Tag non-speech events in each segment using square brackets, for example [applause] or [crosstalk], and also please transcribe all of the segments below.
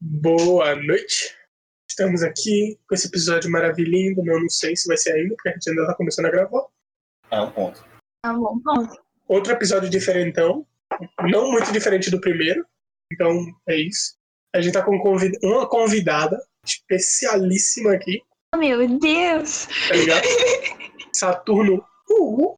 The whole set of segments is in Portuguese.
Boa noite. Estamos aqui com esse episódio maravilhoso. Eu não sei se vai ser ainda, porque a gente ainda está começando a gravar. É um ponto. Tá bom, ponto. Outro episódio diferentão, não muito diferente do primeiro. Então é isso. A gente está com um convid- uma convidada especialíssima aqui, Oh, meu Deus! tá ligado? Saturno uh, Uhul.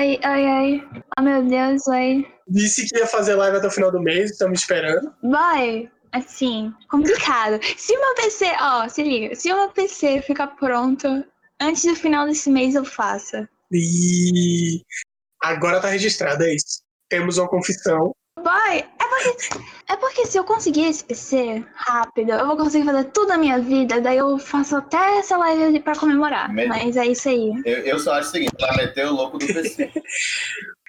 ai, ai, ai. Oh, meu Deus, vai. disse que ia fazer live até o final do mês, estamos esperando. Vai, assim, complicado. Se uma PC, ó, se liga, se uma PC ficar pronta antes do final desse mês, eu faço. E agora tá registrado, é isso. Temos uma confissão. Vai, é porque, é porque se eu conseguir esse PC rápido, eu vou conseguir fazer tudo na minha vida, daí eu faço até essa live ali pra comemorar. Mesmo? Mas é isso aí. Eu, eu só acho o seguinte, ela meteu o louco do PC.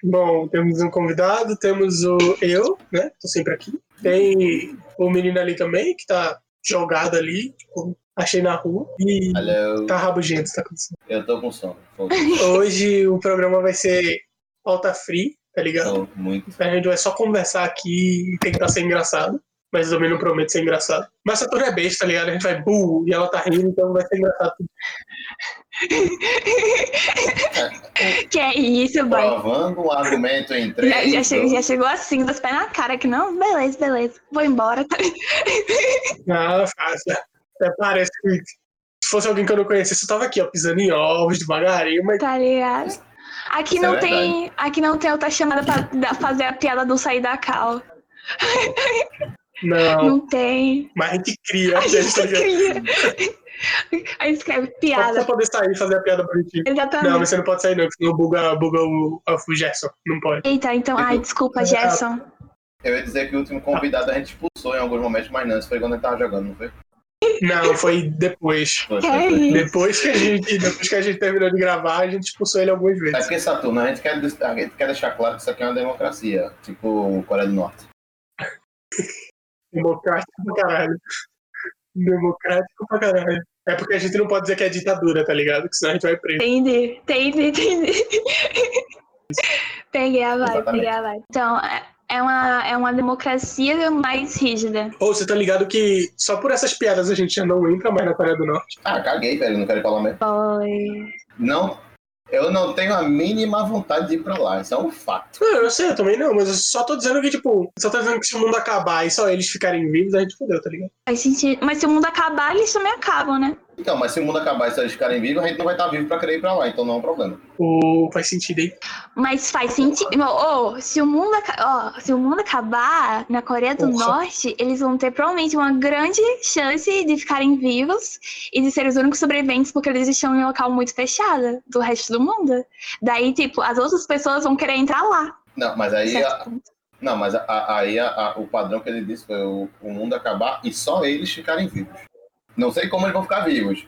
Bom, temos um convidado, temos o eu, né? Tô sempre aqui. Tem o menino ali também, que tá jogado ali, tipo, achei na rua. E Alô, tá rabugento, tá acontecendo. eu tô com sono. Tô, Hoje o programa vai ser pauta free, tá ligado? tô muito. A gente vai só conversar aqui e tentar ser engraçado. Mas eu também não prometo ser engraçado. Mas essa turma é besta, tá ligado? A gente vai burro e ela tá rindo, então vai ser engraçado. Que é isso, boy. Provando o argumento em Já, três. já chegou, já dois. chegou assim, dos pés na cara, que não? Beleza, beleza. Vou embora, tá? Ah, fácil. Até parece que se fosse alguém que eu não conhecesse, eu tava aqui, ó, pisando em ovos devagarinho, mas Tá ligado? Aqui Isso é não tem. Aqui não tem outra chamada pra da- fazer a piada do sair da cal. não. [laughs] Não tem. Mas a gente cria. A gente tá ligado? cria. Aí escreve Só pra piada. Ah, né? você poder sair e fazer a piada bonitinha. Não, Exatamente. mas você não pode sair, não, porque senão buga, buga o, o Gerson. Não pode. Eita, então. Ai, desculpa, Gerson. Eu ia dizer que o último convidado a gente expulsou em alguns momentos, mas não, isso foi quando ele tava jogando, não foi? Não, foi depois. Foi, Que foi, é foi. isso? Depois que a gente, depois que a gente terminou de gravar, a gente expulsou ele algumas É vezes. porque Saturno, a gente, quer, des- a gente quer deixar claro que isso aqui é uma democracia, tipo o Coreia do Norte. Democrático pra caralho. Democrático pra caralho. É porque a gente não pode dizer que é ditadura, tá ligado? Que senão a gente vai preso. Entendi, entendi, entendi. Peguei a vibe, Exatamente. peguei a vibe. Então, é é uma, é uma democracia mais rígida. Ou você tá ligado que só por essas piadas a gente já não entra mais na Coreia do Norte. Ah, caguei, velho, não quero ir pra lá mesmo. Foi. Não, eu não tenho a mínima vontade de ir pra lá, isso é um fato. Não, eu sei, eu também não, mas eu só tô dizendo que, tipo, só tô dizendo que se o mundo acabar e só eles ficarem vivos, a gente fodeu, tá ligado? Faz sentido. Mas se o mundo acabar, eles também acabam, né? Então, mas se o mundo acabar e se eles ficarem vivos, a gente não vai estar vivo pra querer ir pra lá, então não é um problema. Ou Tipo, faz sentido, hein? Mas faz sentido. Ó, ó, se, o mundo aca- ó, se o mundo acabar na Coreia do Porra. Norte, eles vão ter provavelmente uma grande chance de ficarem vivos e de serem os únicos sobreviventes, porque eles estão em um local muito fechado do resto do mundo. Daí, tipo, as outras pessoas vão querer entrar lá. Não, mas aí a- certo ponto. Não, mas a- a- aí a- a- o padrão que ele disse foi o, o mundo acabar e só eles ficarem vivos. Não sei como eles vão ficar vivos.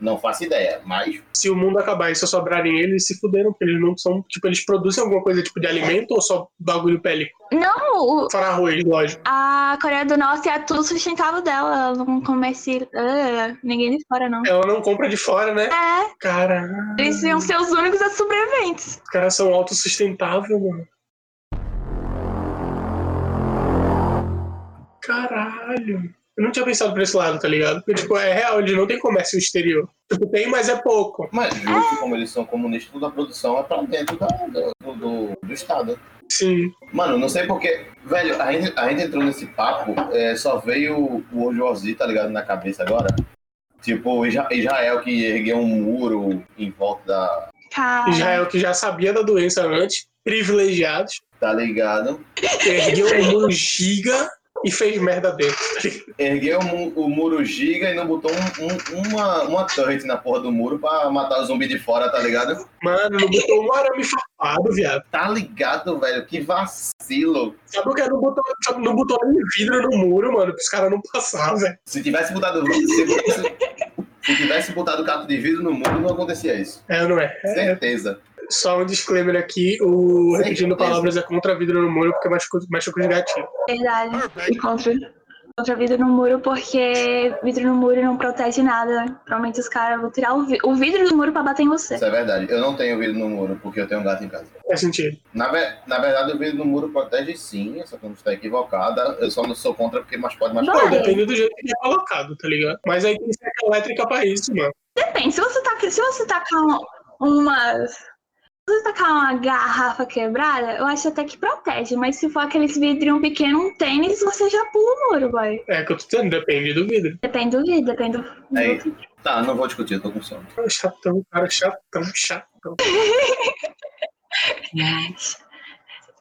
Não faço ideia, mas Se o mundo acabar e só sobrarem eles, se fuderam, porque eles não são. Tipo, eles produzem alguma coisa tipo de alimento ou só bagulho pele? Não, o- Fora arroz, lógico. a Coreia do Norte é a tudo sustentável dela. Ela não comerci. Ah, ninguém de fora, não. Ela não compra de fora, né? É, Caralho, eles iam ser os únicos a sobreviventes. os caras são autossustentáveis, mano. Caralho. Eu não tinha pensado por esse lado, tá ligado? Porque, tipo, é real, eles não têm comércio exterior. Tipo, tem, mas é pouco. mas justo como eles são comunistas, toda a produção é pra dentro da- do, do- do- do Estado. Sim. Mano, não sei porque. Velho, a gente, a gente entrou nesse papo, é, só veio o Ojo Ozzy, tá ligado, na cabeça agora. Tipo, Isra- Israel que ergueu um muro em volta da. Cara. Israel, que já sabia da doença antes, privilegiados. Tá ligado? ergueu um muro giga e fez merda dentro. Ergueu o mu- o muro giga e não botou um- um- uma, uma turret na porra do muro pra matar o zumbi de fora, tá ligado? Mano, não botou um arame farpado, viado. Tá ligado, velho? Que vacilo. Sabe o que? é? Não botou, sabe, não botou nem vidro no muro, mano, pros caras não né? passar, velho. Se tivesse botado. Se tivesse, se tivesse botado capo de vidro no muro, não acontecia isso. É ou não é? Certeza. Só um disclaimer aqui: o Sim, repetindo beleza. palavras é contra vidro no muro porque machucou, machucou os gatinhos. Verdade. Encontro. Contra vidro no muro, porque vidro no muro não protege nada. Provavelmente os caras vão tirar o, vi- o vidro do muro pra bater em você. Isso é verdade. Eu não tenho vidro no muro, porque eu tenho um gato em casa. Faz sentido. Na, ve- na verdade, o vidro no muro protege sim, só que eu não estou equivocada. Eu só não sou contra porque mas pode machucar. Vai. Não, depende do jeito que é colocado, tá ligado? Mas aí tem cerca elétrica pra isso, mano. Depende, se você tacar, se você tacar um- uma. Se você tacar uma garrafa quebrada, eu acho até que protege. Mas se for aqueles vidrinho pequeno, um tênis, você já pula o muro, vai. É que eu tô dizendo, depende do vidro. Depende do vidro, depende do. do É. outro. Tá, não vou discutir, eu tô com sono. Cara, Chatão, cara, chatão, chatão.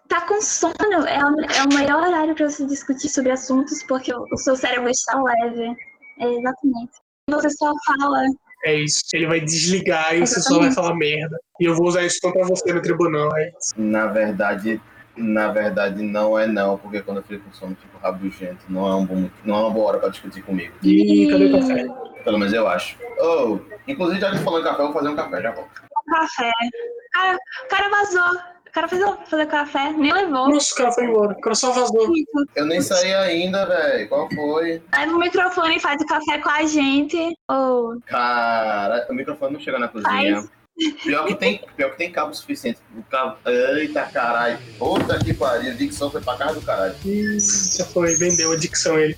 Tá com sono, é o, é o melhor horário pra você discutir sobre assuntos, porque o, o seu cérebro está leve. É, exatamente. Você só fala. É isso. Ele vai desligar e você só vai falar merda. E eu vou usar isso contra você no tribunal. É isso. Na verdade, na verdade não é não, porque quando eu fico com sono, eu fico rabugento. Não é, um bom, não é uma boa hora pra discutir comigo. Ih, cadê o café? Pelo menos eu acho. Oh, inclusive, já que falando em café, eu vou fazer um café, já volto. Café. O cara, o cara vazou. O cara fez fazer café, nem levou. Nossa, o cara foi embora. O cara só vazou. Eu nem saí ainda, velho. Qual foi? Leva o microfone e faz o café com a gente. Ou Cara, o microfone não chega na cozinha. Pior que tem, pior que tem cabo suficiente. O cabo. Eita caralho. Puta que pariu. Dicção foi pra casa do caralho. Ih, Já foi. Vendeu a dicção ele.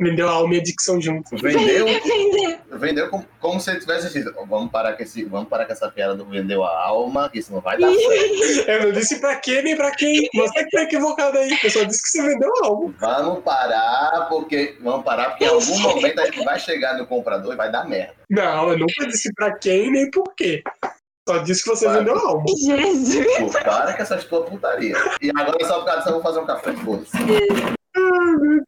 Vendeu a alma e a dicção junto. Vendeu, entendeu? vendeu como, como se ele tivesse dito. Vamos parar com esse. Vamos parar com essa piada do vendeu a alma, que isso não vai dar certo. É, Eu não disse pra quê nem pra quem. Você que tá equivocado aí. Eu só disse que você vendeu a alma. Vamos parar, porque. Vamos parar, porque em algum momento a gente vai chegar no comprador e vai dar merda. Não, eu nunca disse pra quem nem por quê. Só disse que você Claro. vendeu a alma. [laughs] Jesus. Pô, para com essas tuas putarias. E agora só por causa disso eu vou fazer um café. Foda-se.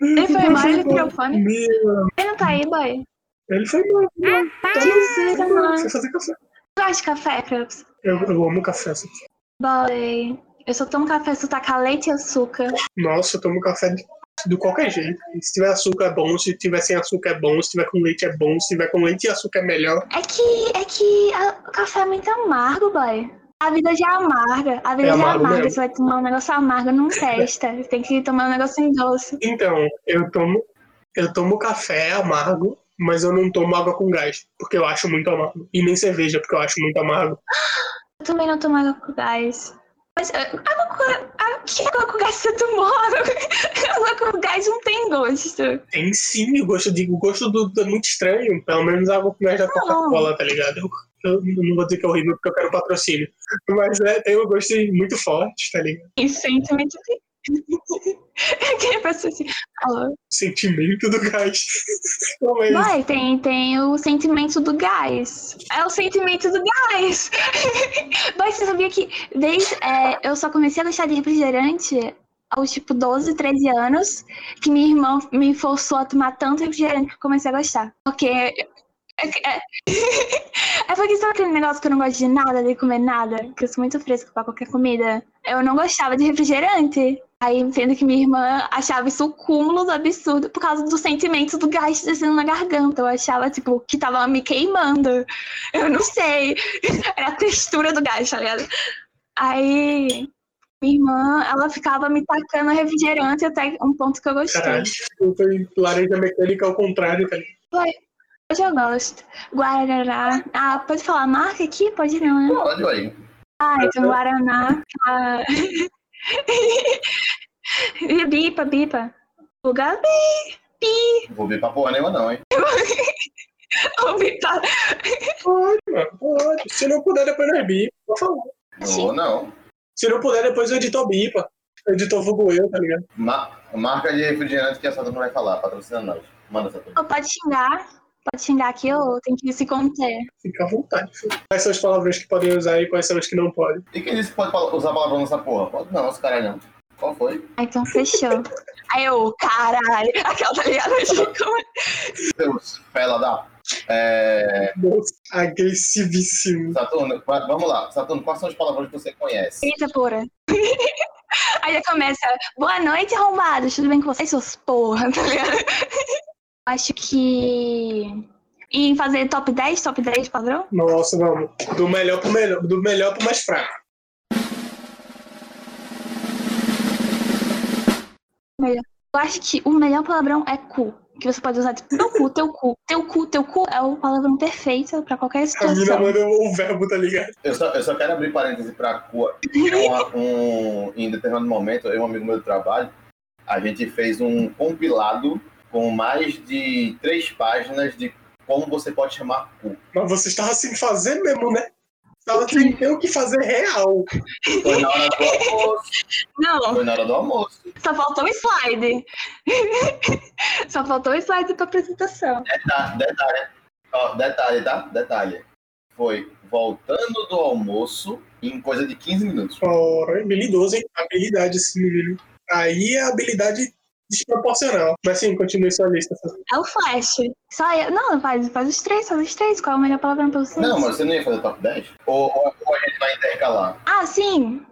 Ele foi embora Ele o microfone. Meu, Ele não tá aí, boy. ele foi embora. Tá. Jesus, amor. Foi fazer café. Tu gosta de café, Krups? Eu, eu amo café. assim. Boy. Eu só tomo café se tu tacar leite e açúcar. Nossa, eu tomo café de, de qualquer jeito. Se tiver açúcar é bom, se tiver sem açúcar é bom, se tiver com leite é bom, se tiver com leite e açúcar é melhor. É que, é que a- o café é muito amargo, boy. A vida já é amarga. A vida É já é amargo amarga. mesmo. Você vai tomar um negócio amargo, não testa. Tem que tomar um negocinho doce. Então, eu tomo, eu tomo café amargo, mas eu não tomo água com gás, porque eu acho muito amargo. E nem cerveja, porque eu acho muito amargo. Eu também não tomo água com gás. Mas eh, água com, água, que água com gás você tomou? [laughs] água com gás não tem gosto. Tem sim, o gosto, de, o gosto do, do- é muito estranho. Pelo menos a água com gás da Coca-Cola, tá ligado? Eu, eu não vou dizer que é horrível porque eu quero patrocínio. Mas é, tem um gosto muito forte, tá ligado? E [laughs] sentimento de... Aquele pessoa assim, "Alô?" Sentimento do gás. [laughs] Talvez. Vai, tem, tem o sentimento do gás. É o sentimento do gás. [laughs] Mas você sabia que desde, é, eu só comecei a gostar de refrigerante aos tipo 12, 13 anos, que minha irmã me forçou a tomar tanto refrigerante que eu comecei a gostar. Porque. É, que- é- é porque sabe aquele negócio que eu não gosto de nada, de comer nada, que eu sou muito fresca pra qualquer comida. Eu não gostava de refrigerante. Aí, sendo que minha irmã achava isso o cúmulo do absurdo por causa do sentimento do gás descendo na garganta. Eu achava, tipo, que tava me queimando. Eu não sei. [laughs] Era a textura do gás, tá ligado? Aí, minha irmã, ela ficava me tacando refrigerante até um ponto que eu gostei. Caralho, eu tô em laranja mecânica ao contrário, tá ligado? Hoje eu gosto. Guaraná. Ah, pode falar a marca aqui? Pode não, né? Pode, aí. Ah, então Guaraná. [laughs] Ah. É bipa, bipa. O é Gabi. Vou ver pra porra nenhuma, não, hein? O bipa. Pode, mano, pode. Se não puder, depois nós bipa, por favor. Não vou, não. Se não puder, depois eu edito o bipa. Eu edito o vulgo eu, tá ligado? Ma- marca de refrigerante que essa não vai falar. Patrocina nós. Manda essa coisa. Ô, Pode xingar. Pode xingar aqui, ou tem que se conter. Fica à vontade, filho. Quais são as palavras que podem usar e quais são as que não podem? E quem disse que pode fal- usar palavrão nessa porra? Pode não, esse caralho não. Qual foi? Ah, então fechou. [laughs] Aí eu, caralho. Aquela, tá ligado? [laughs] Deus, fela da. É... Nossa, agressivíssimo. Saturno, va- vamos lá. Saturno, quais são as palavras que você conhece? Eita, porra. Aí já começa, boa noite, arrombados, tudo bem com vocês, seus porra, tá [laughs] ligado? Acho que em fazer top 10, top 10 padrão? Nossa, vamos. Do melhor pro melhor, do melhor pro mais fraco. Eu acho que o melhor palavrão é cu. Que você pode usar tipo, teu cu, teu cu, teu cu, teu cu é o palavrão perfeito pra qualquer A mina situação. manda o verbo, tá ligado? Eu só, eu só quero abrir parêntese pra cu. Um, um- em determinado momento, eu e um amigo meu do trabalho, a gente fez um compilado com mais de três páginas de como você pode chamar cu. Mas você estava sem fazer mesmo, né? Tava sem ter o que fazer real. Foi na hora do almoço. Não, Foi na hora do almoço. só faltou um slide. [laughs] só faltou um slide pra apresentação. Tá, detalhe. Ó, detalhe, tá? Detalhe. Foi voltando do almoço em coisa de 15 minutos. Ora, habilidoso, hein? Habilidade esse menino. Aí é habilidade desproporcional. Mas sim, continue sua lista. É o flash. Só eu... Não, faz, faz os três, faz os três. Qual é o melhor palavrão pra vocês? Não, mas você não ia fazer top 10? Ou, ou- ou a gente vai intercalar? Ah, sim.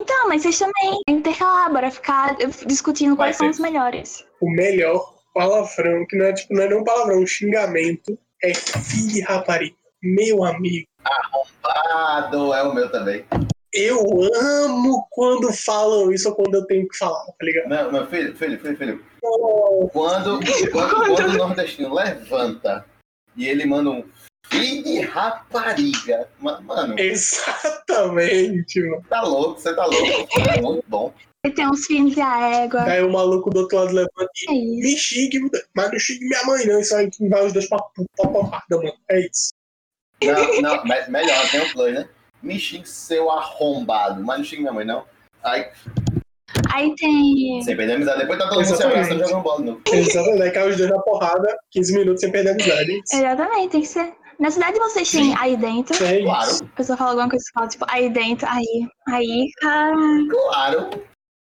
Então, mas vocês também. Intercalar, bora ficar eh, discutindo Vai quais são ser. os melhores. O melhor palavrão, que não é tipo, não é nem um palavrão, um xingamento, é filho de rapariga. Meu amigo. Ah, do é o meu também. Eu amo quando falam isso ou quando eu tenho que falar, tá ligado? Não, meu filho, filho, filho, filho. Quando, quando, Quando- quando o nordestino levanta e ele manda um filho de rapariga. Ma- [laughs] Mano, Exatamente, mano. tá louco, você tá louco. É muito bom. E tem uns filhos e a É. égua. Aí o maluco do outro lado levanta É e isso. me xingue, mas não xingue minha mãe, não. Isso aí que vai os dois pra, pra porrada, mano. É isso. Não, não, me- melhor, tem um plus, né? Me xingue seu arrombado, mas não xingue minha mãe, não. Aí, Aí tem. sem perder a amizade, depois tá todo mundo se Exatamente. abraçando jogando bola de novo. Exatamente, daí caiu os dois na porrada, 15 minutos sem perder a amizade. É hein? Exatamente, tem que ser. Na cidade vocês têm aí dentro. É isso. Claro, Eu só falo alguma coisa e falo, tipo, aí dentro, aí, aí, cara. claro.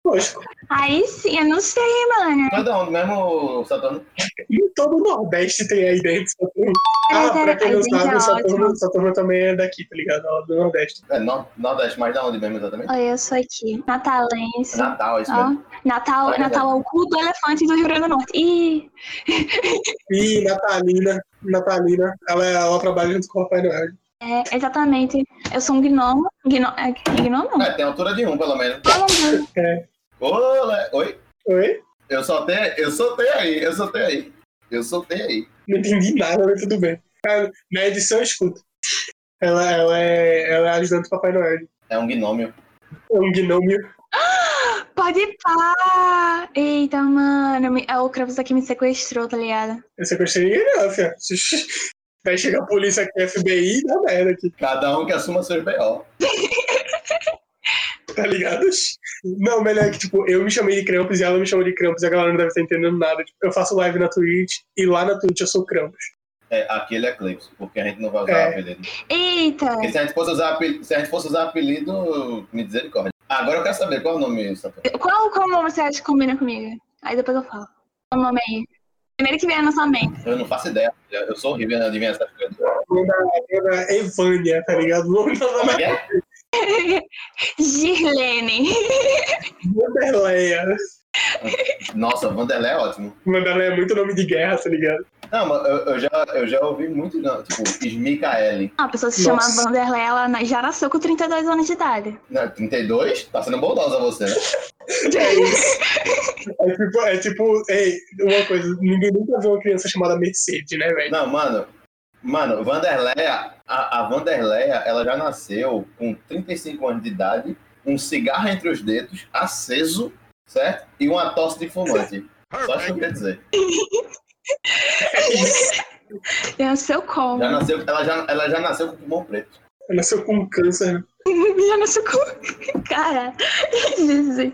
Lógico. Aí sim, eu não sei, mano. Cada um, mesmo Saturno. E todo o Nordeste tem aí dentro. Saturno. Ah, pra quem não aí dentro é sabe, ótimo. Saturno, Saturno também é daqui, tá ligado? Ó, Do Nordeste. É, no- Nordeste, mas da onde mesmo Ah, exatamente? Olha, eu sou aqui, natalense. Natal, é isso Ó, mesmo. Natal, Vai, Natal é o cu do elefante do Rio Grande do Norte. Ih, E Natalina, Natalina, ela, ela trabalha junto com o Papai Noel. é, exatamente. Eu sou um gnomo. Gno, é, gnomo? não. É, tem altura de um, pelo menos. Qual é o nome dele? Olé, oi? Oi? Eu soltei, eu soltei aí, eu soltei aí. Eu soltei aí. Não entendi nada, mas tudo bem. Cara, Na edição eu escuto. Ela, ela, é, ela é ajudante do Papai Noel. É um gnômio. É um gnômio. Pode pá! Eita, mano. me- É o Krampus aqui me sequestrou, tá ligado? Eu sequestrei ninguém, não, filha. [laughs] Vai chegar a polícia aqui, FBI, dá merda aqui. Cada um que assuma seus B.O. [laughs] tá ligado? Não, melhor que, tipo, eu me chamei de Krampus e ela me chamou de Krampus e a galera não deve estar entendendo nada. Tipo, eu faço live na Twitch e lá na Twitch eu sou Krampus. É, aquele é Clips, porque a gente não vai usar É. apelido. Eita! Porque se a gente fosse usar apelido, se a gente fosse usar apelido me misericórdia. Agora eu quero saber qual é o nome, Saturno. Qual, qual nome você acha que combina comigo? Aí depois eu falo. Qual o nome aí? Primeiro que vier na sua mente. Eu não faço ideia. Eu sou horrível né? na adivinhação. Era É Evânia, tá ligado? Como é que é? Girlene. Mandaleia. Nossa, Vanderlei é ótimo. Mandaleia é muito nome de guerra, tá ligado? Não, mas eu, eu já, eu já ouvi muito, não. Tipo, Smikaeli. Ah, A pessoa se Nossa. chama Vanderlei, ela na- já nasceu com 32 anos de idade. Não, 32? Tá sendo bondosa você, né? É isso. É tipo, é tipo, ei, uma coisa, ninguém nunca viu uma criança chamada Mercedes, né, [laughs] velho? Não, mano. Mano, Vanderleia, a, a Vanderleia, ela já nasceu com 35 anos de idade, um cigarro entre os dedos, aceso, certo? E uma tosse de fumante. Só isso que eu queria dizer. [laughs] Já nasceu como? [laughs] Já nasceu, ela, já, ela já nasceu com pulmão preto. Ela nasceu com câncer. né? Já nasceu como? Cara, Jesus.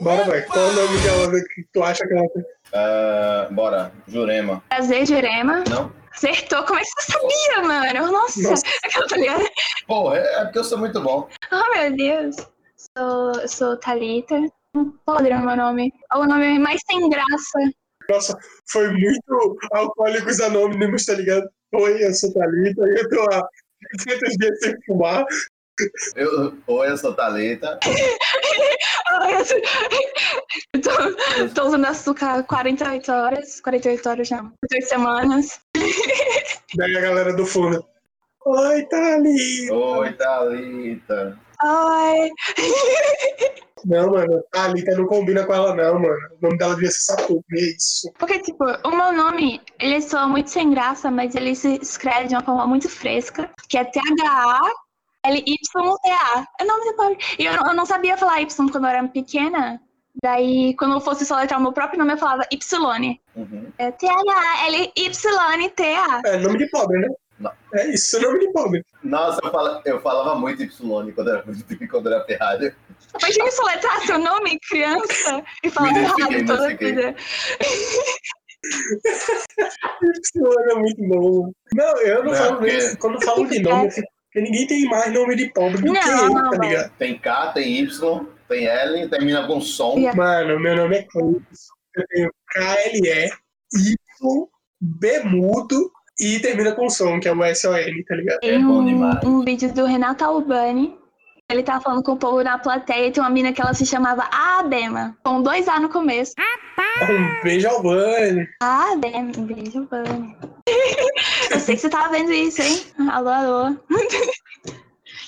Bora, velho. Qual é o nome dela que tu acha que ela tem? Ah, bora, Jurema. Prazer, Jurema. Não? Acertou. Como é que você sabia, mano? Nossa. Nossa. Aquela tá ligada? Porra, é, é porque eu sou muito bom. Oh, meu Deus. Sou, sou Thalita. Um Podre é o meu nome. É o nome mais sem graça. [laughs] Nossa, foi muito Alcoólicos Anônimos, tá ligado? Oi, eu sou Thalita, eu tô há 300 dias sem fumar. Eu, ou eu sou Thalita, Ai, eu tô- eu tô, tô usando açúcar há 48 horas. 48 horas não. 48 semanas. Daí a galera do fundo. Oi, Thalita. oi Thalita. Ai. Não, mano, a Alita não combina com ela, não, mano. O nome dela devia ser Saturno, é isso. Porque, tipo, o meu nome, ele soa muito sem graça, mas ele se escreve de uma forma muito fresca, que é T-H-A-L-Y-T-A. É nome de pobre. E eu, não- eu não sabia falar Y quando eu era pequena. Daí, quando eu fosse soletrar o meu próprio nome, eu falava Y. Uhum. É T-H-L-Y-T-A. É nome de pobre, né? Não. É isso, nome de pobre. Nossa, eu, fala- eu falava muito Y quando era, [laughs] quando era ferrado. Imagina eu soletrar seu nome, criança, e falar Me identifiquei, errado me toda identifiquei. vida. Y é muito bom. Não, eu não, Não, falo porque- isso. Quando eu falo de nome, eu fico- porque ninguém tem mais nome de pobre do Não, que eu, tá não. ligado? Tem K, tem Y, tem L, termina com som. Yeah. Mano, meu nome é Cleiton. Eu tenho K-L-E, Y, B mudo e termina com som, que é o S-O-N, tá ligado? Tem É bom um, demais. um vídeo do Renato Albani. Ele tava falando com o povo na plateia e tem uma mina que ela se chamava Adema. Com dois A no começo. Um beijo ao Bunny. Adema, beijo, Vânia. [laughs] Eu sei que você tava vendo isso, hein? Alô, alô. [laughs]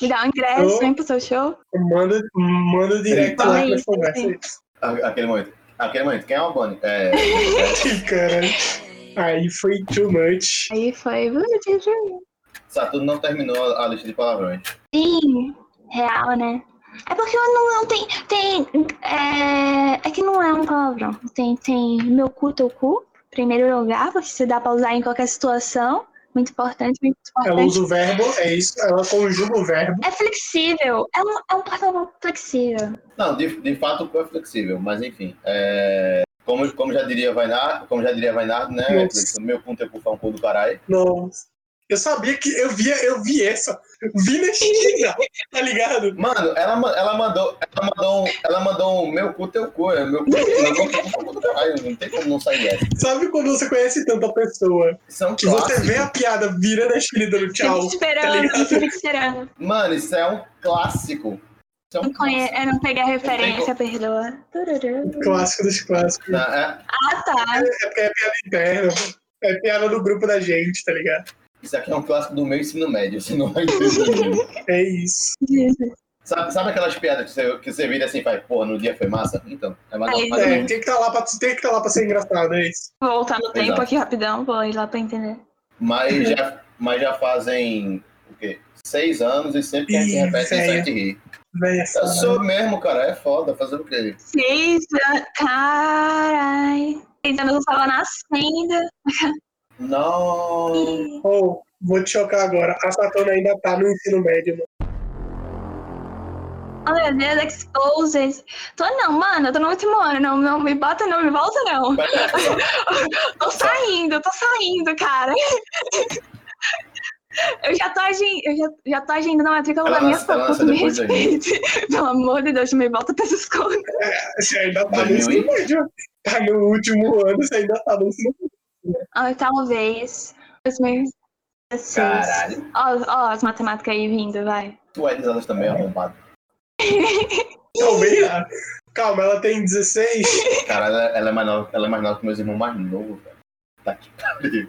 Me dá um ingresso, Alô? vem pro seu show. Manda, manda direto Eita. lá pra Sim, conversa. sim. A- Aquele momento. Aquele momento. Quem é o Bonnie? É, [laughs] Ih, Cara, aí foi too much. Aí foi. Saturno não terminou a lista de palavrões. Sim, real, né? É porque eu não, não tem. Tem. É, é que não é um palavrão. Tem, tem meu cu, teu cu, primeiro lugar, porque você dá pra usar em qualquer situação. Muito importante, muito Ela importante. usa o verbo, é isso. Ela conjuga o verbo. É flexível, é um, é um palavrão flexível. Não, de, de fato é flexível, mas enfim. é, como, como já diria Vainardo, como já diria Vainardo, né? Nossa. Flexível, Meu cu teu cu é um cu do caralho. Não. Eu sabia que eu via, eu vi essa. Vi na China, tá ligado? Mano, ela, ma- ela mandou, ela mandou, um, ela mandou um meu cu teu cu, é meu cu, meu cu, teu cu, é um cu do caralho. Não tem como não sair dessa. Sabe quando você conhece tanta pessoa Isso é um que você clássico. vê a piada virando a China dando tchau? Fico esperando, ligado? fico esperando. Mano, isso é um clássico. Isso é um Não conhe... clássico. Eu não peguei a referência, Eu perdoa. Tururu. Clássico dos clássicos. né? Tá, é- Ah, tá. É porque é piada interna. É piada do grupo da gente, tá ligado? isso aqui é um clássico do meu ensino médio, você não vai entender. É isso. sabe, sabe aquelas piadas que você, que você vira assim e faz, porra, no dia foi massa? Então, é mais Aí, uma É, mais tem que estar lá pra, tem que tá lá pra ser engraçado, é isso. Vou voltar no tempo Exato. aqui rapidão, vou ir lá pra entender. Mas já, mas já fazem o quê? Seis anos e sempre que a gente Ih, repete isso, a véia. gente ri. Véi, é Eu foda. sou mesmo, cara, é foda fazer o quê? Seis anos. Carai. Seis anos eu tava nascendo. [laughs] Não! Oh, vou te chocar agora. A Saturno ainda tá no ensino médio, mano. Oh, meu Deus, Exposed. Tô não, mano, eu tô no último ano. Não, não me bota, não me volta, não. Pera, Tô saindo, tô saindo, cara. Eu já tô agindo, eu já, já tô agindo na matrícula Ela da minha nasce- ela faculdade. nasce Me depois da gente. respeite. [laughs] Pelo amor de Deus, me volta pra essas coisas. Você ainda tá no 2000 e- ensino médio. Tá no último ano, você ainda tá no ensino médio. Ah, talvez. 2016. Caralho. Ó, ó, as matemáticas aí vindo, vai. tu é desadas também, arrombado. Talvez. ah, Calma, ela tem 16. Cara, ela, ela é mais nova, ela é mais nova que meus irmãos mais novos, velho. Tá que pariu.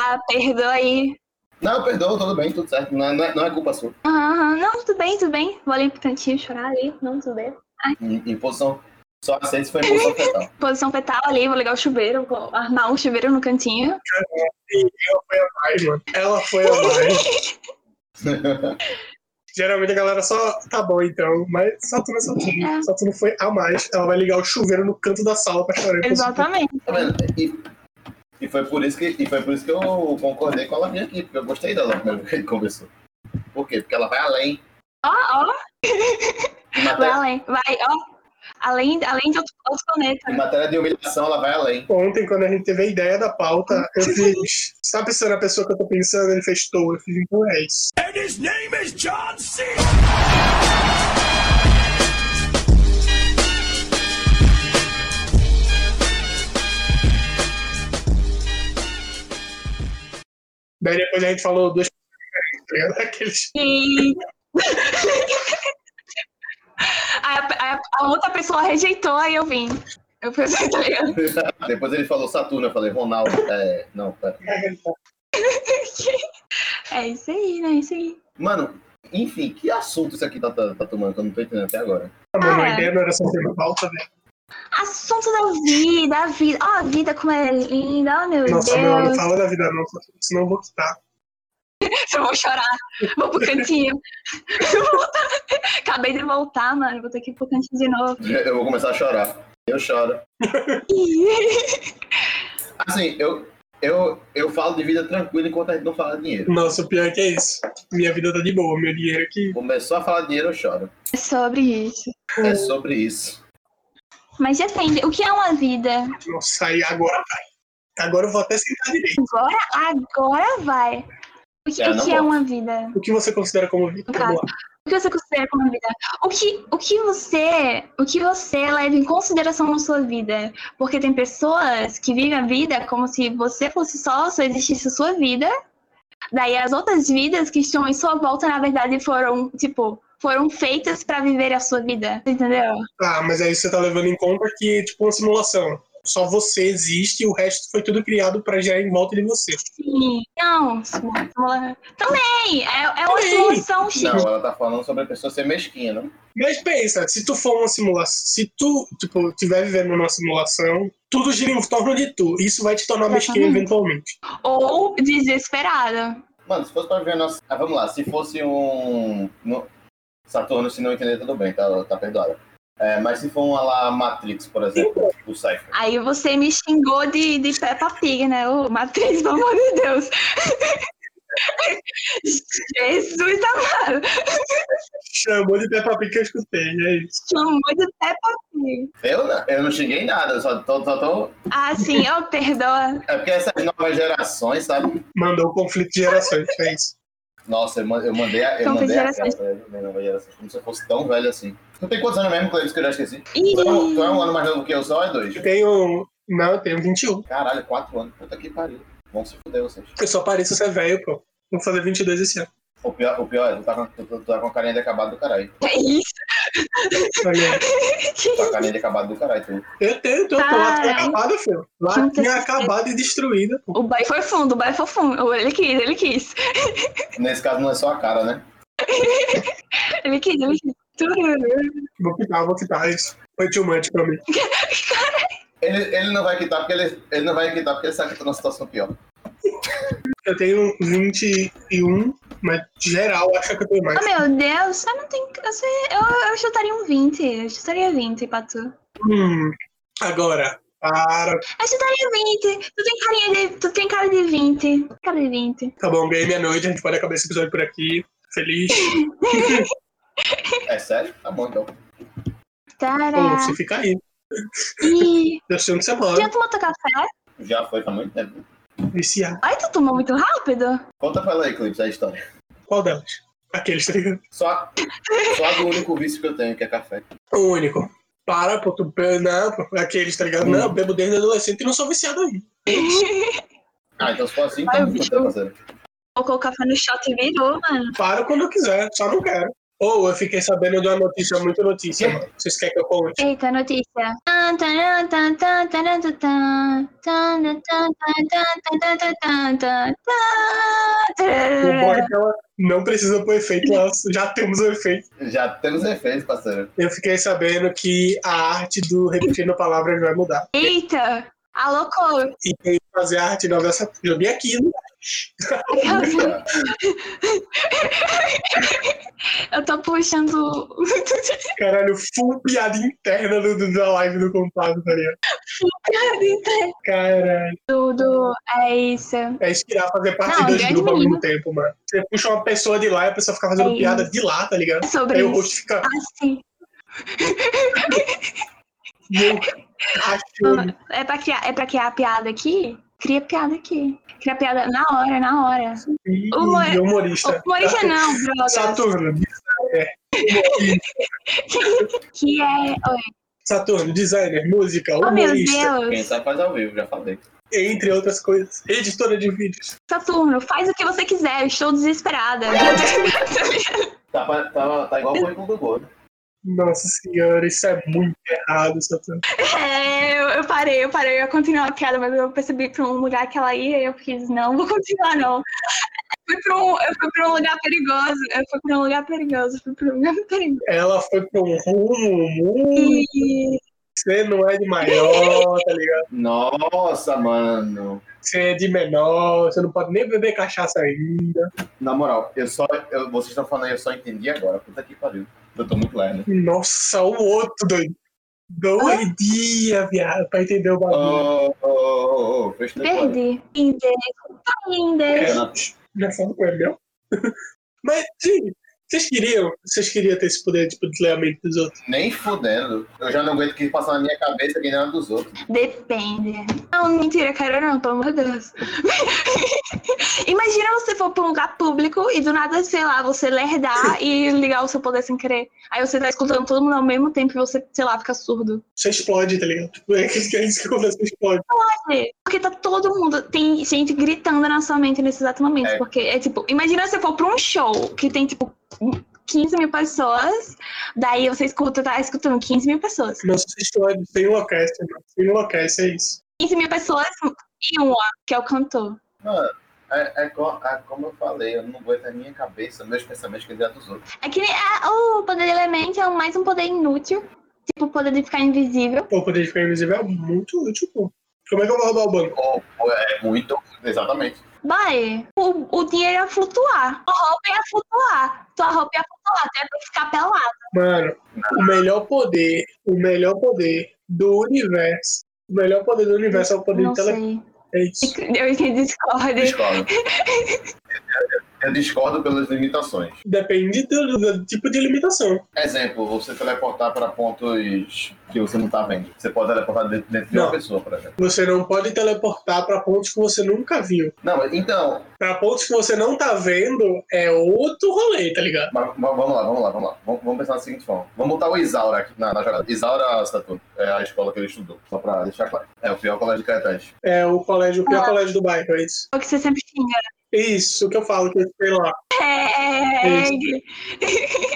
Ah, perdoa aí. Não, perdoa, tudo bem, tudo certo. Não, não, é, não é culpa sua. Aham, aham. Ah, não, tudo bem, tudo bem. Vou ali pro cantinho chorar ali, não, tudo bem. Em, em posição. Só aceito se foi em posição fetal. Posição fetal ali, vou ligar o chuveiro, vou armar um chuveiro no cantinho. Ai, mano. Ela foi a mais. [laughs] Geralmente a galera só tá bom então, mas Saturno é Saturno. É. Saturno foi a mais. Ela vai ligar o chuveiro no canto da sala pra chorar. Exatamente. Tá vendo? E, e foi por isso que e foi por isso que eu concordei com ela vir aqui, porque eu gostei dela no primeiro que a gente conversou. Por quê? Porque ela vai além. Ó, ó, Em vai matéria, além, vai, ó. Além, além de outro, outro planeta. em matéria de humilhação, ela vai além. [laughs] Ontem, quando a gente teve a ideia da pauta, eu fiz. Você tá pensando na pessoa que eu tô pensando? Ele fez toa. Eu fiz, então é isso. Daí depois a gente falou duas coisas diferentes, tá ligado? Aqueles- E... [laughs] aí a, a- a outra pessoa rejeitou, aí eu vim. Eu pensei, [laughs] tá ligado? Depois ele falou Saturno, eu falei, Ronaldo, é. Não, pera. É isso aí, né? É isso aí. Mano, Enfim, que assunto isso aqui tá, tá, tá tomando que eu não tô entendendo até agora. [laughs] Ah, mano, a É. ideia não era só ter pauta, né? velho. Assunto da vida, a vida. Ó, a vida como é linda, oh meu Nossa, tá não, não Deus. fala da vida não, senão eu vou quitar. Eu vou chorar. Vou pro [laughs] cantinho. Acabei de voltar, mano. Vou ter que ir pro cantinho de novo. Eu vou começar a chorar. Eu choro. Assim, eu, eu, eu falo de vida tranquila enquanto a gente não fala de dinheiro. Nossa, o pior é que é isso. Minha vida tá de boa, meu dinheiro aqui. Começou a falar de dinheiro, eu choro. É sobre isso. É sobre isso. Mas depende. O que é uma vida? Nossa, aí agora vai. Agora eu vou até sentar direito. Agora, agora vai. O que, É, o não que é gosto. uma vida? O que você considera como vida? Tá. Vamos lá. O que você considera como vida? O que, o que você, o que você leva em consideração na sua vida? Porque tem pessoas que vivem a vida como se você fosse só, só existisse a sua vida. Daí as outras vidas que estão em sua volta, na verdade, foram, tipo, foram feitas para viver a sua vida. Entendeu? Ah, mas aí você tá levando em conta que é tipo uma simulação. Só você existe e o resto foi tudo criado pra gerar em volta de você. Sim. Não, simula- também. É, é uma Também. simulação, Chico. Não, ela tá falando sobre a pessoa ser mesquinha, não? Mas pensa, se tu for uma simulação, se tu, tipo, tiver vivendo numa simulação, tudo gira em torno de tu. Isso vai te tornar mesquinho Exatamente. eventualmente. Ou desesperada. Mano, se fosse pra viver nossa. Ah, vamos lá, se fosse um. no- Saturno, se não entender, tudo bem, tá, tá perdoado. É, mas se for uma lá Matrix, por exemplo, o Cypher. Aí você me xingou de, de Peppa Pig, né? Ô, Matriz, pelo amor de Deus. [laughs] Jesus tá amado. Chamou de Peppa Pig que eu escutei, é isso. Chamou de Peppa Pig. Eu, não- eu não xinguei nada, eu só tô, só tô. Ah, sim, eu perdoa. É porque essas novas gerações, sabe? Mandou o conflito de gerações, é isso. Nossa, eu, man- eu mandei a. Eu São mandei a gerações. eu nova geração, né, como se eu fosse tão velho assim. Tu tem quantos anos mesmo, Cleves, que eu já esqueci? Ih, Tu é, um, [laughs] tu é um ano mais novo que eu só, é dois? Eu tenho. Não, eu tenho 21. Caralho, quatro anos. Puta que pariu. Vão se fuder vocês. Eu só pareço ser velho, pô. Vou fazer 22 esse ano. O pior, o pior é, tu tá, com- tu, tu tá com a carinha de acabado do caralho. que isso? Olha aí. Tu tá com a carinha de acabado do caralho, tu. Eu tenho, tô, tô lá Ai. acabada, filho. Lá Não tem tinha certeza. acabado e destruída, pô. O bai foi fundo, o bai foi fundo. Ele quis, ele quis. Nesse caso não é só a cara, né? Ele quis, ele quis. Vou quitar, vou quitar isso. Foi too much pra mim. Ele, ele não vai quitar porque ele, ele não vai quitar porque ele sabe que tá numa situação pior. Eu tenho 21, mas geral acha que eu tenho mais. Oh, meu Deus, eu não tenho. Eu, sei, eu, eu chutaria um 20. Eu chutaria 20 pra tu. Hum, agora, para. Eu chutaria 20. Tu tem carinha de. Tu tem cara de 20. Cara de 20. Tá bom, ganhei minha noite, a gente pode acabar esse episódio por aqui. Feliz. É sério? Tá bom então. Pô, Tará. você fica aí. Ih, Eu sei onde você já mora. tomou teu café? Já foi há muito tempo. Viciar. Ai, tu tomou muito [laughs] rápido? Conta pra ela aí, Clips, a história. Qual delas? Aqueles, tá ligado? Só, só do único vício que eu tenho, que é café. O único. Para, pô, tu. Não, pô, aqueles, tá ligado? Não, eu bebo desde adolescente e não sou viciado ainda. Ah, então se for assim, Ai, então bicho. muito tempo, parceiro. Colocou o café no shot e virou, mano. Para quando eu quiser, só não quero. Ou eu fiquei sabendo de uma notícia, muito notícia, mano. Vocês querem que eu conte? Eita, notícia. Tan, taran, tan, tan, taran, tan, tan. Tan, tan, tan, tan, tan, tan, tan, tan, tan, O bom é tan. que ela não precisa pôr efeito, nós já temos o efeito. Já temos efeitos, parceiro. Eu fiquei sabendo que a arte do repetindo palavras vai mudar. [laughs] Eita, alocou. E quem fazer a arte nova dessa. Eu né? vi aquilo. Já. Eu tô puxando Caralho, full piada interna do, do- da live do compado, tá ligado? Caralho. tudo. É isso. É inspirar fazer parte de Não, dois grande grupos ao mesmo menino. tempo, mano. Você puxa uma pessoa de lá e a pessoa fica fazendo É piada de lá, tá ligado? É sobre Aí o isso. rosto fica. Assim. "Meu, achando. É pra, criar, é pra criar piada aqui? Cria piada aqui. Cria piada na hora, na hora. Ih, Humor- Humorista. Humorista não, droga. Saturno, Que é. Oi. Saturno, designer, música, Oh, meu humorista, Quem Deus. sabe faz ao vivo, já falei. entre outras coisas. Editora de vídeos. Saturno, faz o que você quiser. Eu estou desesperada. [laughs] Tá, pa- tá, tá igual o currículo do Gordo. Nossa senhora, isso é muito errado, Saturno. É, eu, eu parei, eu parei. Eu ia continuar a piada, mas eu percebi pra um lugar que ela ia e eu fiz, não, vou continuar, não. fui pra um, eu fui pra um lugar perigoso. Eu fui pra um lugar perigoso. Eu fui pra um lugar [laughs] perigoso. Ela foi pra um rumo muito. E... Você não é de maior, tá ligado? Nossa, mano. Você é de menor, você não pode nem beber cachaça ainda. Na moral, eu só. eu- vocês estão falando aí, eu só entendi agora. Puta que pariu. Eu tô muito lerdo. Nossa, o outro doido. Ah? Doidia, viado, pra entender o bagulho. Oh, oh, oh, oh, fez tempo. Perdi. Ainda. É, Ainda. não. engraçado que é meu. [laughs] Mas, sim, vocês queriam, vocês queriam ter esse poder tipo, de ler a mente dos outros. Nem fudendo. Eu já não aguento que passar na minha cabeça que nem uma dos outros. Depende. Não, mentira, cara, não, pelo amor de Deus. [laughs] Imagina você for pra um lugar público e do nada, sei lá, você lerdar e ligar o seu poder sem querer. Aí você tá escutando todo mundo ao mesmo tempo e você, sei lá, fica surdo. Você explode, tá ligado? Tipo, é isso que é isso que acontece, você explode. fazer. Porque tá todo mundo. Tem gente gritando na sua mente nesse exato momento. É. Porque é tipo, imagina você for pra um show que tem, tipo, 15 mil pessoas. Daí você escuta, tá escutando 15 mil pessoas. Não, você explode, você enlouquece, mano. Você enlouquece, é isso. 15 mil pessoas e uma, que é o cantor. Mano, é, é co- é como eu falei, eu não aguento a minha cabeça, meus pensamentos que nem a dos outros. É que nem- ah, o poder de elemento é mais um poder inútil. Tipo, o poder de ficar invisível. Pô, o poder de ficar invisível é muito útil, pô. Como é que eu vou roubar o banco? Oh, oh, é muito. Exatamente. Vai, o, o dinheiro ia flutuar. Tua roupa ia flutuar. Tua roupa ia flutuar. Tu ia ficar pelado. Mano, o melhor poder, o melhor poder do universo, o melhor poder do universo é o poder Não de tele... sei. É isso. Eu discordo. Discordo. eu discordo pelas limitações. Depende do, do tipo de limitação. Exemplo, você teleportar para pontos que você não tá vendo. Você pode teleportar dentro, dentro de Não. uma pessoa, por exemplo. Você não pode teleportar pra pontos que você nunca viu. Não, então, Pra pontos que você não tá vendo, é outro rolê, tá ligado? mas- mas vamos lá, vamos lá, vamos lá. Vamos, vamos pensar da seguinte forma. Vamos botar o Isaura aqui na, na jogada. Isaura Saturno, é a escola que ele estudou, só pra deixar claro. É o pior colégio de Caetés. É o colégio, o pior Ah. colégio do bairro, é isso. É É o que você sempre xinga. Isso que eu falo, que eu sei lá. É,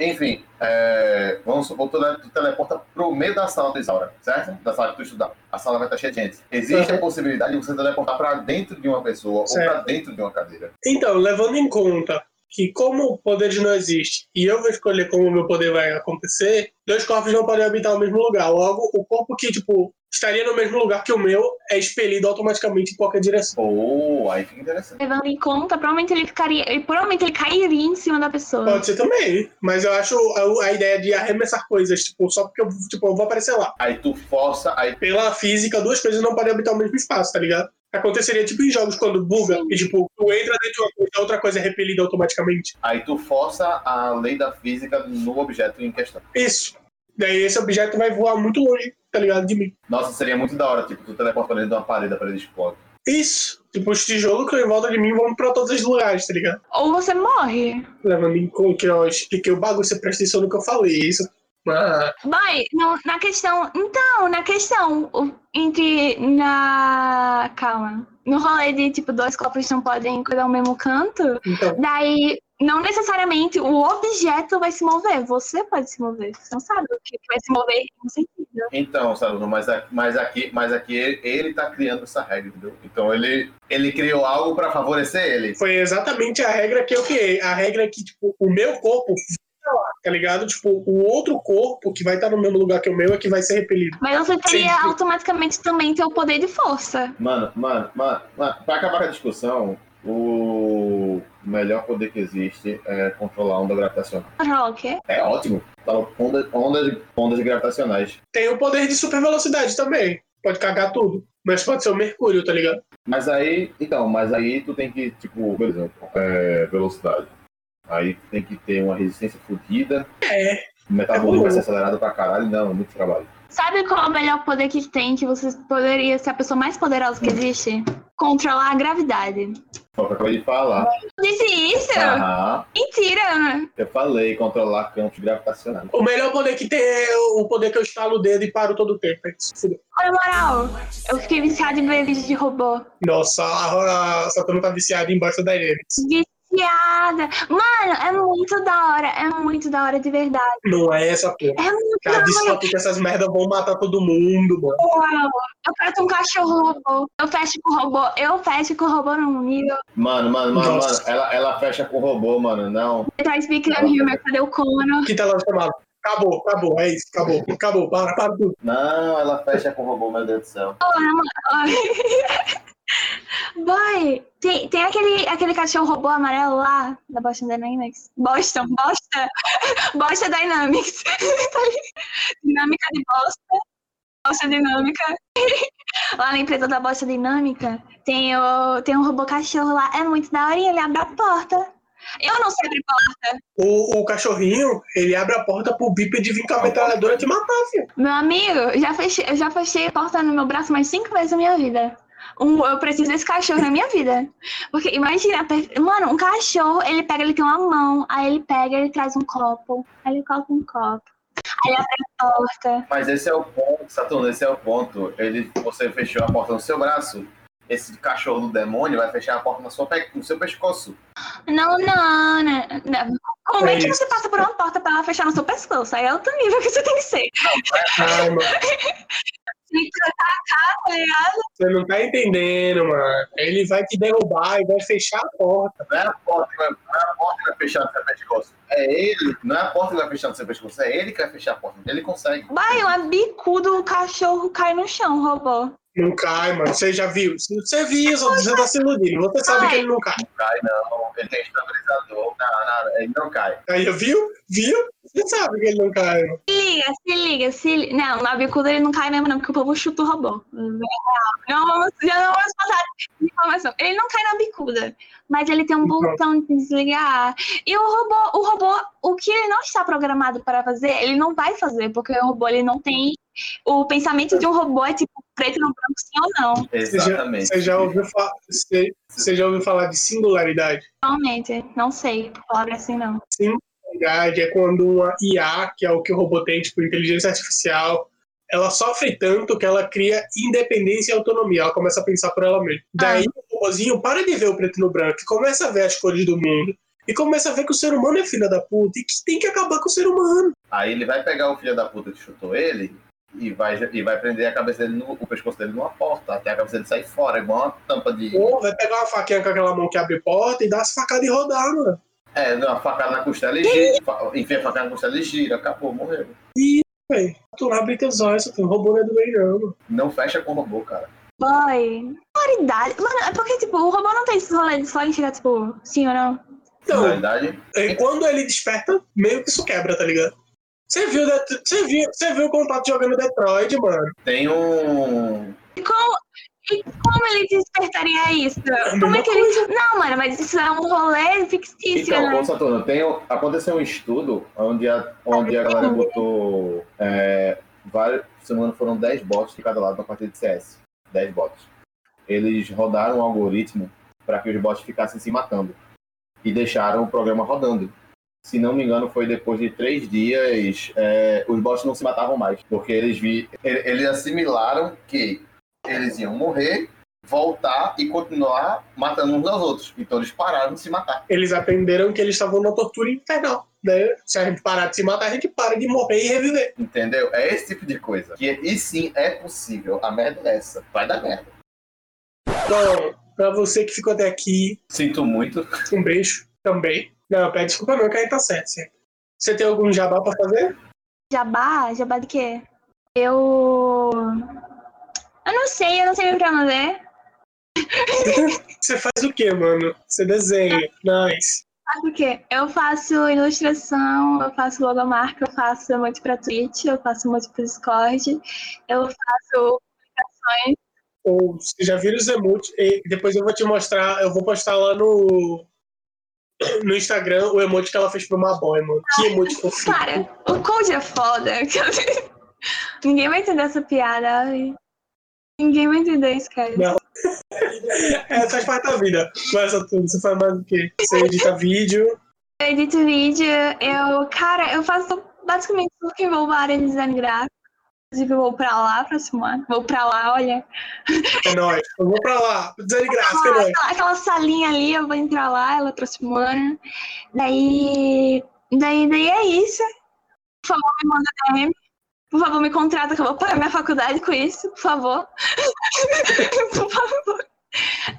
Enfim, é, vamos supor que tu le- tu teleporta pro meio da sala do Isaura, certo? Da sala que tu estudar. A sala vai estar cheia de gente. Existe a Uhum. possibilidade de você teleportar pra dentro de uma pessoa Certo. ou pra dentro de uma cadeira. Então, levando em conta que como o poder não existe e eu vou escolher como o meu poder vai acontecer, dois corpos não podem habitar o mesmo lugar. Logo, o corpo que, tipo, estaria no mesmo lugar que o meu é expelido automaticamente em qualquer direção. Pô, aí fica interessante. levando em conta, provavelmente ele ficaria. Ele, provavelmente ele cairia em cima da pessoa. Pode ser também, mas eu acho a, a ideia de arremessar coisas, tipo, só porque eu, tipo, eu vou aparecer lá. Aí tu força, aí Pela física, duas coisas não podem habitar o mesmo espaço, tá ligado? Aconteceria tipo em jogos quando buga, Sim. e tipo, tu entra dentro de uma coisa, a outra coisa é repelida automaticamente. Aí tu força a lei da física no objeto em questão. Isso. Daí esse objeto vai voar muito longe, tá ligado? De mim. Nossa, seria muito da hora, tipo, tu teleporta dentro de uma parede para ele explode. Isso. Tipo, os tijolos que eu em volta de mim vão pra todos os lugares, tá ligado? Ou você morre. Levando em conta que eu expliquei o bagulho, você presta atenção no que eu falei, isso. Ah, Vai, não, na questão. Então, na questão. o- Entre. Na. Calma. No rolê de tipo, dois copos não podem cuidar o mesmo canto. então, Daí, não necessariamente o objeto vai se mover. Você pode se mover. Você não sabe o que vai se mover em um sentido. Então, Saruno, mas, a- mas aqui, mas aqui ele, ele tá criando essa regra, entendeu? Então ele, ele criou algo para favorecer ele. foi exatamente a regra que eu criei. A regra é que, tipo, o meu corpo fica lá, tá ligado? Tipo, o outro corpo que vai estar no mesmo lugar que o meu é que vai ser repelido. Mas você teria Sim. automaticamente também teu poder de força. Mano, mano, mano, mano, pra acabar com a discussão, o melhor poder que existe é controlar a onda gravitacional. Controlar o quê? É ótimo. Tá, onda, onda, ondas gravitacionais. Tem o poder de super velocidade também. Pode cagar tudo. Mas pode ser o Mercúrio, tá ligado? Mas aí, então, mas aí tu tem que, tipo, por exemplo, é, velocidade. Aí tu tem que ter uma resistência fodida, É. o metabolismo É vai ser bom. acelerado pra caralho, não, é muito trabalho. Sabe qual é o melhor poder que tem que você poderia ser a pessoa mais poderosa que existe? Controlar a gravidade. Só que eu acabei de falar. Eu disse isso? É. Aham, Mentira! né? eu falei, controlar campos gravitacionais. O melhor poder que tem é o poder que eu estalo o dedo e paro todo o tempo. É isso. Fudeu. Olha, moral, eu fiquei viciada em ver vídeo de robô. Nossa, a, a Saturno tá viciada em Bosta da Irene. piada. Mano, é muito da hora. É muito da hora de verdade. Não é essa porra. É muito da Cara, hora. descobre que essas merdas vão matar todo mundo, mano. Uau, Eu peço um cachorro robô. Eu fecho com robô. Eu fecho com robô num nível. Mano, mano, mano, mano. Nossa. Ela, ela fecha com o robô, mano. Não. Detroit Become Human, cadê o Conan? Que tá lá chamado. Acabou, acabou, é isso, acabou, acabou, para, para tudo. Não, ela fecha com o robô, meu Deus do céu. [laughs] Boy, tem, tem aquele, aquele cachorro robô amarelo lá da Boston Dynamics. Boston, Boston. [laughs] Boston Dynamics. [laughs] Dinâmica de Boston. Boston Dinâmica. [laughs] Lá na empresa da Boston Dinâmica tem, o, tem um robô cachorro lá. É muito da hora e ele abre a porta. Eu não sei abrir porta. O, o cachorrinho, ele abre a porta pro bípede vir com a metralhadora te matar, filho. Meu amigo, já fechei, eu já fechei a porta no meu braço mais cinco vezes na minha vida. Um, eu preciso desse cachorro na minha vida. Porque imagina, pe- mano, um cachorro, ele pega, ele tem uma mão, aí ele pega, ele traz um copo, aí ele coloca um copo, aí ele abre a porta. Mas esse é o ponto, Saturno, esse é o ponto. Ele, você fechou a porta no seu braço. Esse cachorro do demônio vai fechar a porta na sua pe- no seu pescoço. Não, não, não, não. Como é, É que isso. você passa por uma porta pra ela fechar no seu pescoço? Aí é outro nível que você tem que ser. Ai, mano, Então, você não tá entendendo, mano. Ele vai te derrubar e vai fechar a porta. Não é a porta que vai, não é a porta que vai fechar no seu pescoço. É ele. Não é a porta que vai fechar no seu pescoço. É ele que vai fechar a porta. Ele consegue. Vai, uma bicuda, o cachorro cai no chão, robô. Não cai, mano, você já viu. Você viu, só você tá se iludindo. Você sabe que ele não cai. Não cai, não. Ele tem estabilizador. Não, não, ele não cai. Aí, viu? Viu? Você sabe que ele não cai, mano. Se liga, se liga, se liga. Não, na bicuda ele não cai mesmo, não, porque o povo chuta o robô. Não, vamos- já não vamos passar de informação. Ele não cai na bicuda, mas ele tem um Então. botão de desligar. E o robô, o robô, o que ele não está programado para fazer, ele não vai fazer, porque o robô ele não tem. O pensamento de um robô é tipo preto no branco, sim ou não. Você já- Exatamente. Você já ouviu, fa- você- você já ouviu falar de singularidade? Realmente, não sei, palavra assim não. verdade, é quando uma IA, que é o que o robô tem, tipo inteligência artificial, ela sofre tanto que ela cria independência e autonomia. Ela começa a pensar por ela mesma. Daí o robôzinho para de ver o preto no branco e começa a ver as cores do mundo. E começa a ver que o ser humano é filha da puta e que tem que acabar com o ser humano. Aí ele vai pegar o filho da puta que chutou ele e vai, e vai prender a cabeça dele no, o pescoço dele numa porta, até a cabeça dele sair fora, igual uma tampa de. Ou vai pegar uma faquinha com aquela mão que abre porta e dar as facadas e rodar, mano. É, dá uma facada na costela e gira. fa- Enfia a facada na costela e gira. Acabou, morreu. Véi, tu não abre teus olhos, tu robô não é do bem, não, mano. Não fecha com o robô, cara. Boy, claridade. Mano, é porque, tipo, o robô não tem esse rolê de só enxergar, tipo, sim ou não. Então, Na verdade, E quando ele desperta, meio que isso quebra, tá ligado? Você viu, Det- você viu, você viu o contato jogando Detroit, mano. tem um. E como, e como ele despertaria isso? Como é que ele. Não, mano, mas isso é um rolê fictício, Então, né? ô Saturno, tem, um- aconteceu um estudo onde a, onde a galera botou. É, vários, se não me engano, foram 10 bots de cada lado na partida de CS. 10 bots. Eles rodaram um algoritmo para que os bots ficassem se matando. E deixaram o programa rodando. Se não me engano, foi depois de três dias, é, os bots não se matavam mais. Porque eles, vi, ele- eles assimilaram que eles iam morrer, voltar e continuar matando uns aos outros. Então eles pararam de se matar. Eles aprenderam que eles estavam numa tortura infernal. Né? Se a gente parar de se matar, a gente para de morrer e reviver. Entendeu? É esse tipo de coisa. Que, e sim, é possível. A merda é essa. Vai dar merda. Então, pra você que ficou até aqui, Sinto muito. um beijo também. Não, pede desculpa não, que a gente tá certo. certo. Você tem algum jabá pra fazer? Jabá? Jabá de quê? Eu. Eu não sei, eu não sei o que eu fazer. Você faz o quê, mano? Você desenha. Nice. Sabe o quê? Eu faço ilustração, eu faço logomarca, eu faço muito pra Twitch, eu faço muito pro Discord, eu faço. Ou você já viram os emotes? E depois eu vou te mostrar, eu vou postar lá no, no Instagram o emote que ela fez pro Maboy, mano. Que emote fofinho. Cara, o Cold é foda. [laughs] Ninguém vai entender essa piada. ai. Ninguém vai entender isso, cara. Não. É, faz parte da vida. Mas tudo, você faz mais o quê? Você edita vídeo. Eu edito vídeo, eu, cara, eu faço basicamente tudo que envolve a área de design gráfico. Inclusive, vou pra lá próximo ano. Vou pra lá, olha. É nóis. Eu vou pra lá. Desgraça, é Ah, nóis. aquela, aquela salinha ali, eu vou entrar lá, ela trouxe Moana. Daí. Daí, daí é isso. Por favor, me manda DM. Por favor, me contrata que eu vou pagar minha faculdade com isso, por favor. [laughs] por favor.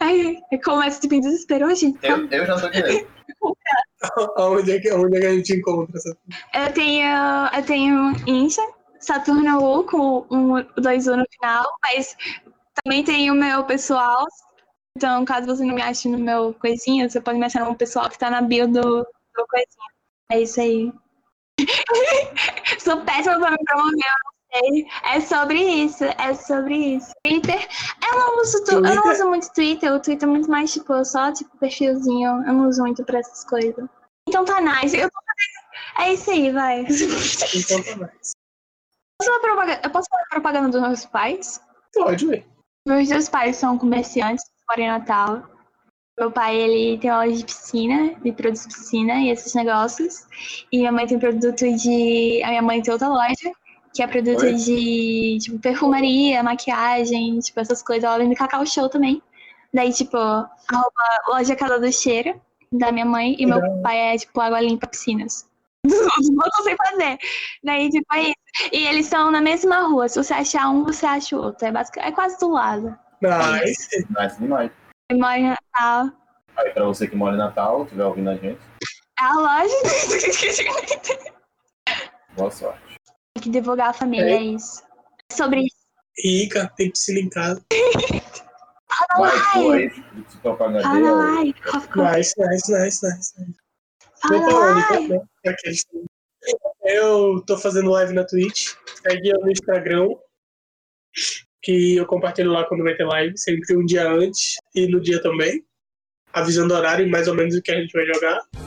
Aí eu começo tipo, em desespero, Ô, gente. Eu, eu já não tô entendendo. Aonde é, que, aonde é que a gente encontra essa Eu tenho. Eu tenho Incha, Saturno U com um, dois U no final, mas também tem o meu pessoal. Então, caso você não me ache no meu coisinha, você pode me achar no pessoal que tá na bio do, do coisinha. É isso aí. [laughs] Sou péssima pra me promover, eu não sei. É sobre isso, é sobre isso. Twitter, eu não uso, tu- eu não Twitter? uso muito Twitter, o Twitter é muito mais tipo, só tipo perfilzinho, eu não uso muito pra essas coisas. Então tá nice, eu tô fazendo... É isso aí, vai. então tá mais. Posso falar propaganda- Eu posso falar propaganda dos meus pais? Pode, ué. Meus dois pais são comerciantes, moram em Natal. Meu pai, ele tem aula de piscina, de produtos de piscina e esses negócios. E minha mãe tem produto de... A minha mãe tem outra loja, que é produto Oi. de, tipo, perfumaria, maquiagem, tipo, essas coisas. Ela vende cacau show também. Daí, tipo, arroba loja Casa do Cheiro, da minha mãe. E meu pai é, tipo, água limpa, piscinas. [laughs] Dos outros, eu sei fazer. Daí, tipo, é isso. E eles são na mesma rua. Se você achar um, você acha o outro. É, basic... é quase do lado. Nice. Nice demais. Eu moro em Natal. Aí pra você que mora em Natal, estiver ouvindo a gente, É a loja. boa sorte. [laughs] Tem que divulgar a família, é isso. É sobre isso. Rica, tem piscina em casa. Vai, tu Analai! aí, se propaganda Analai! Coca-Cola. Nice, nice, nice, nice. nice. Vou pra onde Analai! também, pra aqueles- tá Eu tô fazendo live na Twitch. Segue eu no Instagram. Que eu compartilho lá quando vai ter live, sempre um dia antes e no dia também. Avisando o horário e mais ou menos o que a gente vai jogar.